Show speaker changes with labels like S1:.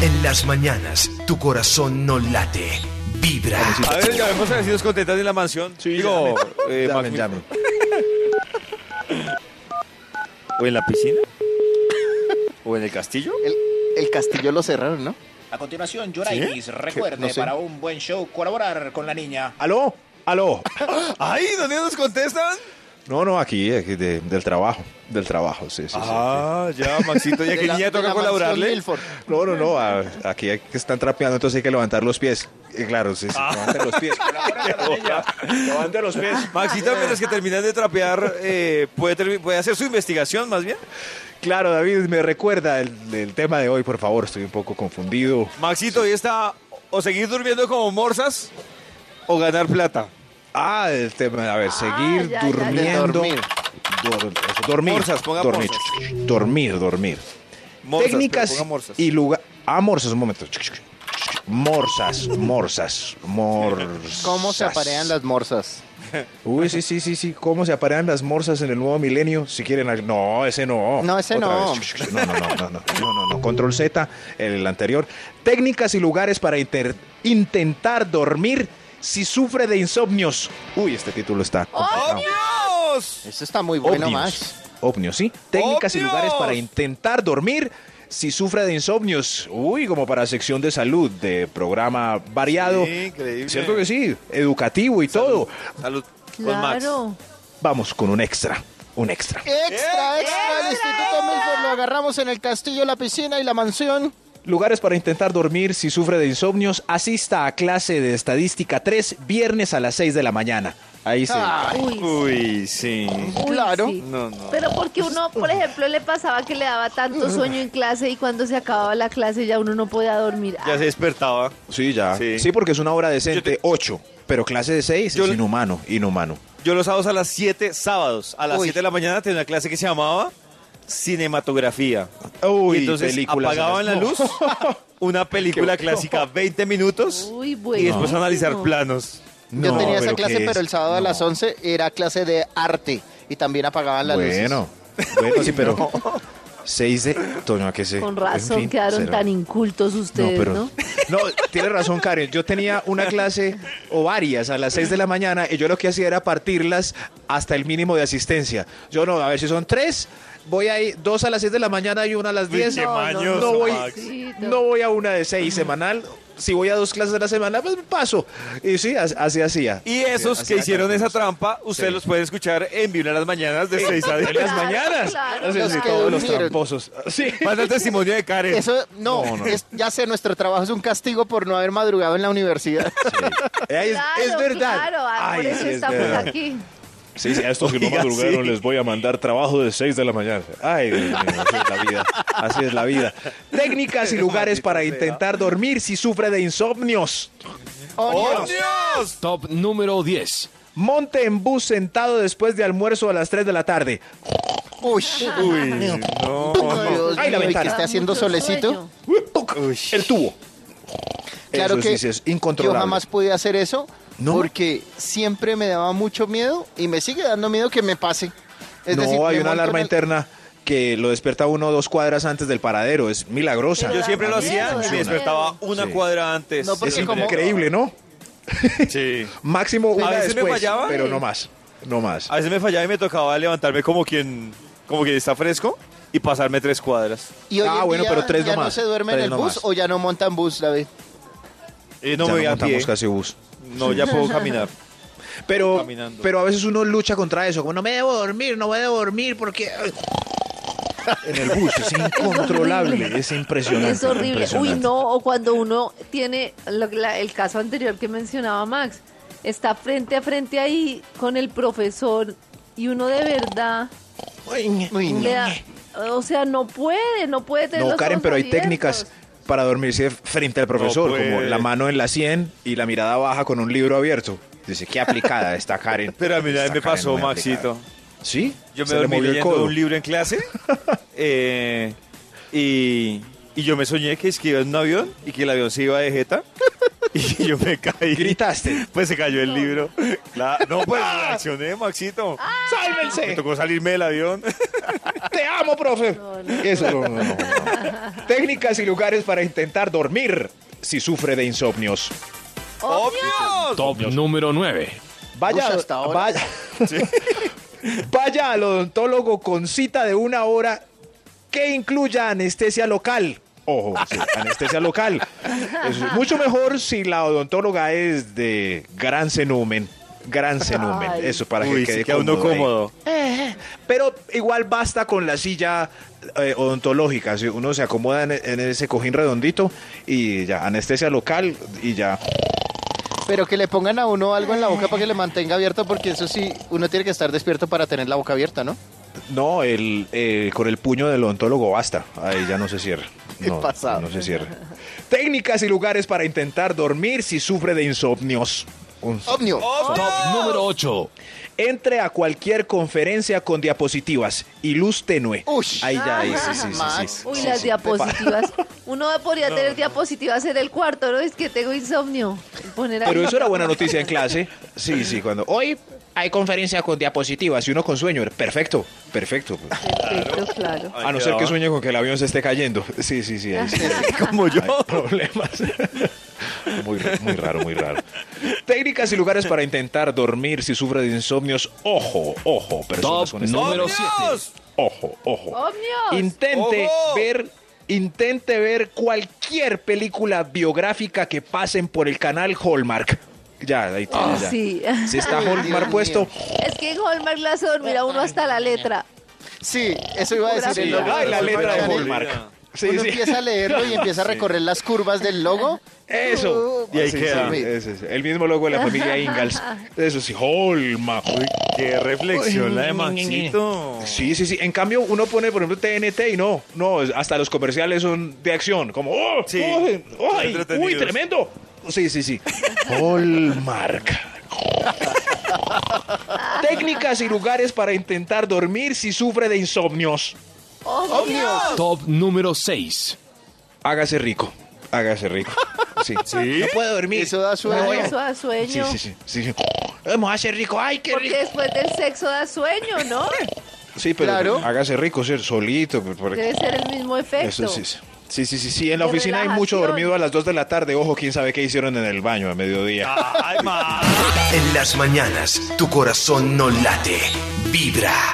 S1: En las mañanas, tu corazón no late, vibra.
S2: A ver, llamemos a vecinos contentas en la mansión.
S3: Sí,
S2: Digo, eh,
S3: Llamen,
S2: Maxi-
S3: llamen.
S2: ¿O en la piscina? ¿O en el castillo?
S4: El, el castillo lo cerraron, ¿no?
S5: A continuación, Yoraitis, recuerde,
S3: No sé.
S5: para un buen show, colaborar con la niña.
S3: ¿Aló? ¿Aló?
S2: ¡Ay! ¿Dónde nos contestan?
S3: No, no, aquí, aquí de- del trabajo. Del trabajo, sí, sí, sí,
S2: Ah, ya, Maxito, ya
S4: De
S2: que
S4: la-
S2: niña
S4: de la
S2: toca
S4: mansión
S2: colaborarle.
S4: Milford.
S3: sí. No, no, no. a- aquí hay que están trapeando, entonces hay que levantar los pies. Eh, claro, sí, sí. Levanten los pies. Levanten los pies.
S2: Maxito, mientras que terminas de trapear, eh, puede, termi- puede hacer su investigación más bien.
S3: Claro, David, me recuerda el, el tema de hoy, por favor. Estoy un poco confundido.
S2: Maxito, hoy está o seguir durmiendo como morsas o ganar plata.
S3: Ah, el tema, a ver, seguir
S6: ya, ya, ya.
S3: durmiendo.
S4: De dormir.
S3: Dor- eso, dormir.
S2: Morsas, ponga
S3: dormir.
S2: morsas.
S3: dormir, dormir.
S2: Morsas,
S3: Técnicas
S2: pero ponga morsas. ¡Oh,
S3: y lugar. Ah, morsas, un momento. Morsas, morsas, morsas.
S4: ¿Cómo se aparean las morsas?
S3: Uy, sí, sí, sí, sí. ¿Cómo se aparean las morsas en el nuevo milenio? Si quieren... al- No, ese no.
S4: No, ese
S3: Otra
S4: no.
S3: vez. No, no, no, no, no, no, no, no. Control Z, el anterior. Técnicas y lugares para inter- intentar dormir si sufre de insomnios. Uy, este título está... complicado.
S2: ¡Dios!
S4: Eso está muy bueno,
S3: Ovnios.
S4: Max.
S3: Ovnios, ¿sí? Técnicas y
S2: ¡Ovnios!
S3: lugares para intentar dormir si sufre de insomnios. Uy, como para sección de salud, de programa variado.
S2: Sí, increíble.
S3: Cierto que sí, educativo y todo.
S2: Salud. Con Max.
S6: Claro.
S3: Vamos con un extra, un extra.
S6: Eh,
S4: Extra, extra. El Instituto Milford lo agarramos en el castillo, la piscina y la mansión.
S3: Lugares para intentar dormir si sufre de insomnios. Asista a clase de estadística 3 viernes a las 6 de la mañana. Ahí se...
S4: Ay,
S6: Uy,
S2: Uy, sí.
S6: uy,
S4: claro.
S6: sí.
S2: No, no.
S6: Pero porque uno, por ejemplo, le pasaba que le daba tanto sueño en clase y cuando se acababa la clase ya uno no podía dormir.
S2: Ya se despertaba.
S3: Sí, ya. Sí.
S2: Sí.
S3: porque es una hora decente,
S2: Yo te-
S3: 8. Pero clase de 6
S2: Yo
S3: es
S2: le-
S3: inhumano, inhumano.
S2: Yo los sábados a las 7, sábados, a las
S4: Uy.
S2: 7 de la mañana tenía una clase que se llamaba Cinematografía.
S3: Uy,
S2: y entonces
S3: películas en
S2: apagaban la
S3: las-
S2: luz, una película clásica, 20 minutos,
S6: Ah, Uy,
S2: y después
S6: buenísimo.
S2: analizar planos.
S4: Yo
S3: No,
S4: tenía esa
S3: ¿pero
S4: clase,
S3: qué
S4: pero
S3: es?
S4: el sábado a las 11 era clase de arte y también apagaban las luces.
S3: Bueno, bueno, sí, pero. Seis de. Toño, ¿a qué sé?
S6: Con
S3: En
S6: razón
S3: fin,
S6: quedaron
S3: será.
S6: tan incultos
S3: No,
S6: ustedes,
S3: pero.
S6: ¿no?
S3: ¿no? tiene razón, Karen. Yo tenía una clase o varias a las seis de la mañana y yo lo que hacía era partirlas hasta el mínimo de asistencia. Yo no, a ver si son tres, voy ahí, dos a las seis de la mañana y una a las diez.
S2: qué
S3: No,
S2: mañoso,
S3: voy,
S2: Max.
S3: no voy a una de seis semanal. Si voy a dos clases a la semana, pues paso. Y sí, as- así hacía.
S2: Y esos
S3: así
S2: que
S3: era,
S2: hicieron
S3: Carlos.
S2: esa trampa, ustedes los pueden escuchar en Vibra en las mañanas de 6 a 10.
S3: En las
S6: Claro,
S3: mañanas.
S6: claro.
S3: Así,
S4: Los
S3: sí,
S4: que
S3: todos los
S4: durmieron.
S3: tramposos. Sí.
S2: Manda el testimonio de Karen.
S4: Eso, no, es- ya sé, nuestro trabajo es un castigo por no haber madrugado en la universidad.
S3: Es,
S6: Claro,
S3: es verdad.
S6: Claro, ah,
S3: Ay,
S6: por eso
S3: sí, es
S6: estamos
S3: verdad.
S6: aquí.
S3: Sí, sí, a estos que no
S2: Oiga,
S3: madrugaron
S2: sí.
S3: les voy a mandar trabajo de 6 de la mañana. Ay, Dios mío, así es la vida. Así es la vida. Técnicas y lugares para intentar dormir si sufre de insomnios.
S2: ¡Oh,
S4: Onions.
S2: Dios!
S1: Top número 10.
S3: Monte en bus sentado después de almuerzo a las 3 de la tarde.
S4: Uy,
S2: Uy, no.
S4: Dios
S3: Ay,
S4: mío, y que
S3: la ventana.
S4: esté haciendo
S6: Mucho
S4: solecito.
S6: sueño.
S3: El tubo.
S4: Claro
S3: Eso
S4: que
S3: sí, sí, es
S4: yo
S3: incontrolable.
S4: jamás pude hacer eso
S3: ¿No?
S4: porque siempre me daba mucho miedo y me sigue dando miedo que me pase. Es
S3: no,
S4: decir, me
S3: hay
S4: monto
S3: una alarma
S4: en el-
S3: interna que lo desperta uno dos cuadras antes del paradero. Es milagrosa.
S6: Pero
S2: Yo siempre lo
S6: da miedo,
S2: hacía y
S6: da
S2: me
S6: miedo.
S2: despertaba una
S3: Sí.
S2: cuadra antes.
S4: No,
S3: Es
S4: porque como-
S3: increíble, ¿no?
S2: Sí.
S3: Máximo una
S2: A veces me
S3: después,
S2: fallaba.
S3: pero no más. No más.
S2: A veces me fallaba y me tocaba levantarme como quien, como quien está fresco y pasarme tres cuadras.
S4: Y hoy
S3: Ah,
S4: en
S3: bueno,
S4: día
S3: pero tres
S4: ya no
S3: nomás,
S4: se duerme en
S3: tres
S4: el bus
S3: nomás.
S4: o ya no montan bus, David.
S2: Y Eh, no
S3: Ya
S2: me voy a
S3: montamos
S2: pie.
S3: casi bus.
S2: No, ya puedo caminar.
S3: Pero,
S2: Caminando.
S3: pero a veces uno lucha contra eso, como no me debo dormir, no me debo dormir porque... En el bus, es incontrolable, es, impresionante.
S6: Es horrible. Uy,
S3: impresionante.
S6: no, o cuando uno tiene lo que la- el caso anterior que mencionaba Max, está frente a frente ahí con el profesor y uno de verdad
S4: Uy, no.
S6: le da- o sea, no puede, no puede tener
S3: No,
S6: los
S3: Karen,
S6: ojos
S3: pero hay
S6: abiertos.
S3: técnicas para dormirse frente al profesor,
S2: No pues.
S3: como
S2: puede.
S3: la mano en la sien y la mirada baja con un libro abierto. Dice, qué aplicada está Karen.
S2: Pero a mí una vez
S3: Esta
S2: me
S3: Karen
S2: pasó,
S3: muy
S2: Maxito.
S3: aplicada. ¿Sí?
S2: Yo me
S3: Se le
S2: dormí
S3: movió el
S2: leyendo
S3: codo.
S2: un libro en clase eh, y, y yo me soñé que es que iba en un avión y que el avión se iba de jeta y yo me caí.
S3: Gritaste.
S2: Pues se cayó el libro. La- no, pues reaccioné, Maxito. Me
S3: Ah. ¡Sálvense!
S2: tocó salirme del avión.
S3: te amo, profe.
S6: No, no.
S3: Eso, no, no, no, no. Técnicas y lugares para intentar dormir si sufre de insomnios.
S2: ¡Obvio!
S7: Ah, Top número 9.
S3: Vaya,
S4: Uy, hasta ahora.
S3: vaya, vaya al odontólogo con cita de una hora que incluya anestesia local. Ojo, sí, anestesia local. Es mucho mejor si la odontóloga es de gran cenumen. Gran cenumen.
S6: Ay.
S3: Eso para
S2: Uy,
S3: que
S2: sí
S3: quede
S2: queda uno
S3: ahí.
S2: cómodo.
S3: Pero igual basta con la silla eh, odontológica. Si uno se acomoda en, en ese cojín redondito y ya, anestesia local y ya.
S4: Pero que le pongan a uno algo en la boca para que le mantenga abierto, porque eso sí, uno tiene que estar despierto para tener la boca abierta, ¿no?
S3: No, el, eh, con el puño del odontólogo basta. Ahí ya no se cierra.
S4: Qué
S3: No,
S4: pasado.
S3: no se cierra. Técnicas y lugares para intentar dormir si sufre de insomnios. Un-
S4: Omnio.
S7: Top número 8.
S3: Entre a cualquier conferencia con diapositivas y luz tenue.
S4: Ush. Ah,
S3: Ahí ya, ahí sí, sí, sí, sí.
S4: Max.
S6: Uy,
S3: Sí,
S6: las
S3: sí.
S6: diapositivas. Uno podría tener diapositivas en el cuarto, ¿no? Es que tengo insomnio. Poner ahí.
S3: Pero eso era buena noticia en clase. Sí, sí, cuando hoy hay conferencia con diapositivas y uno con sueño. Perfecto, perfecto.
S6: Perfecto, claro.
S2: Ahí
S3: a no ser
S2: quedaba.
S3: que sueñe con que el avión se esté cayendo. Sí, sí, sí. ahí sí.
S2: Como yo.
S3: Hay problemas. Muy, muy raro, muy raro. Técnicas y lugares para intentar dormir si sufre de insomnios. Ojo, ojo,
S7: Top
S3: personas con este-
S7: número
S2: ¡Obvios!
S7: 7.
S3: Ojo, ojo.
S6: ¡Omnios!
S3: Intente
S2: ¡Ojo!
S3: ver, intente ver cualquier película biográfica que pasen por el canal Hallmark. Ya, ahí tiene,
S6: Ah,
S3: ya.
S6: sí.
S3: Si está
S4: Ay, Dios
S3: Hallmark
S4: mío.
S3: puesto,
S6: Es que en Hallmark le hace dormir a uno hasta la letra.
S4: Sí, eso iba a decir.
S6: Sí,
S4: el logo
S3: ay, la
S4: de
S3: letra de
S4: Superman.
S3: Hallmark. Sí,
S4: uno
S3: sí.
S4: empieza a leerlo y empieza a recorrer las curvas del logo.
S3: Eso.
S2: Y ahí
S3: Sí,
S2: queda.
S3: sí, ese es el mismo logo de la familia Ingalls. Eso sí, Hallmark.
S2: Qué reflexión la de Maxito.
S3: Sí, sí, sí. En cambio, uno pone, por ejemplo, TNT y no, no, es- hasta los comerciales son de acción, como, ¡oh!
S2: Sí,
S3: oh, oh, ay,
S2: entretenidos.
S3: ¡Uy, tremendo! Sí, sí, sí. Hallmark. Técnicas y lugares para intentar dormir si sufre de insomnios.
S7: Top número 6.
S3: Hágase rico. Hágase rico. Sí. No puedo dormir.
S4: Eso da sueño.
S3: voy a-
S6: Eso da
S3: Sí,
S6: sueño.
S3: sí, sí. sí. Vamos a hacer rico. ¡Ay, qué
S6: Porque
S3: rico!
S6: después del sexo da sueño, ¿no?
S3: Sí, pero
S4: Claro.
S3: hágase rico, ser solito. por-
S6: Debe ser el mismo efecto.
S3: Eso sí, sí. Sí, sí, sí, sí, En la
S6: De
S3: oficina hay mucho
S6: relajación.
S3: dormido a las 2 de la tarde. Ojo, quién sabe qué hicieron en el baño a mediodía.
S4: Ah.
S2: Ay, ma.
S1: En las mañanas, tu corazón no late, vibra.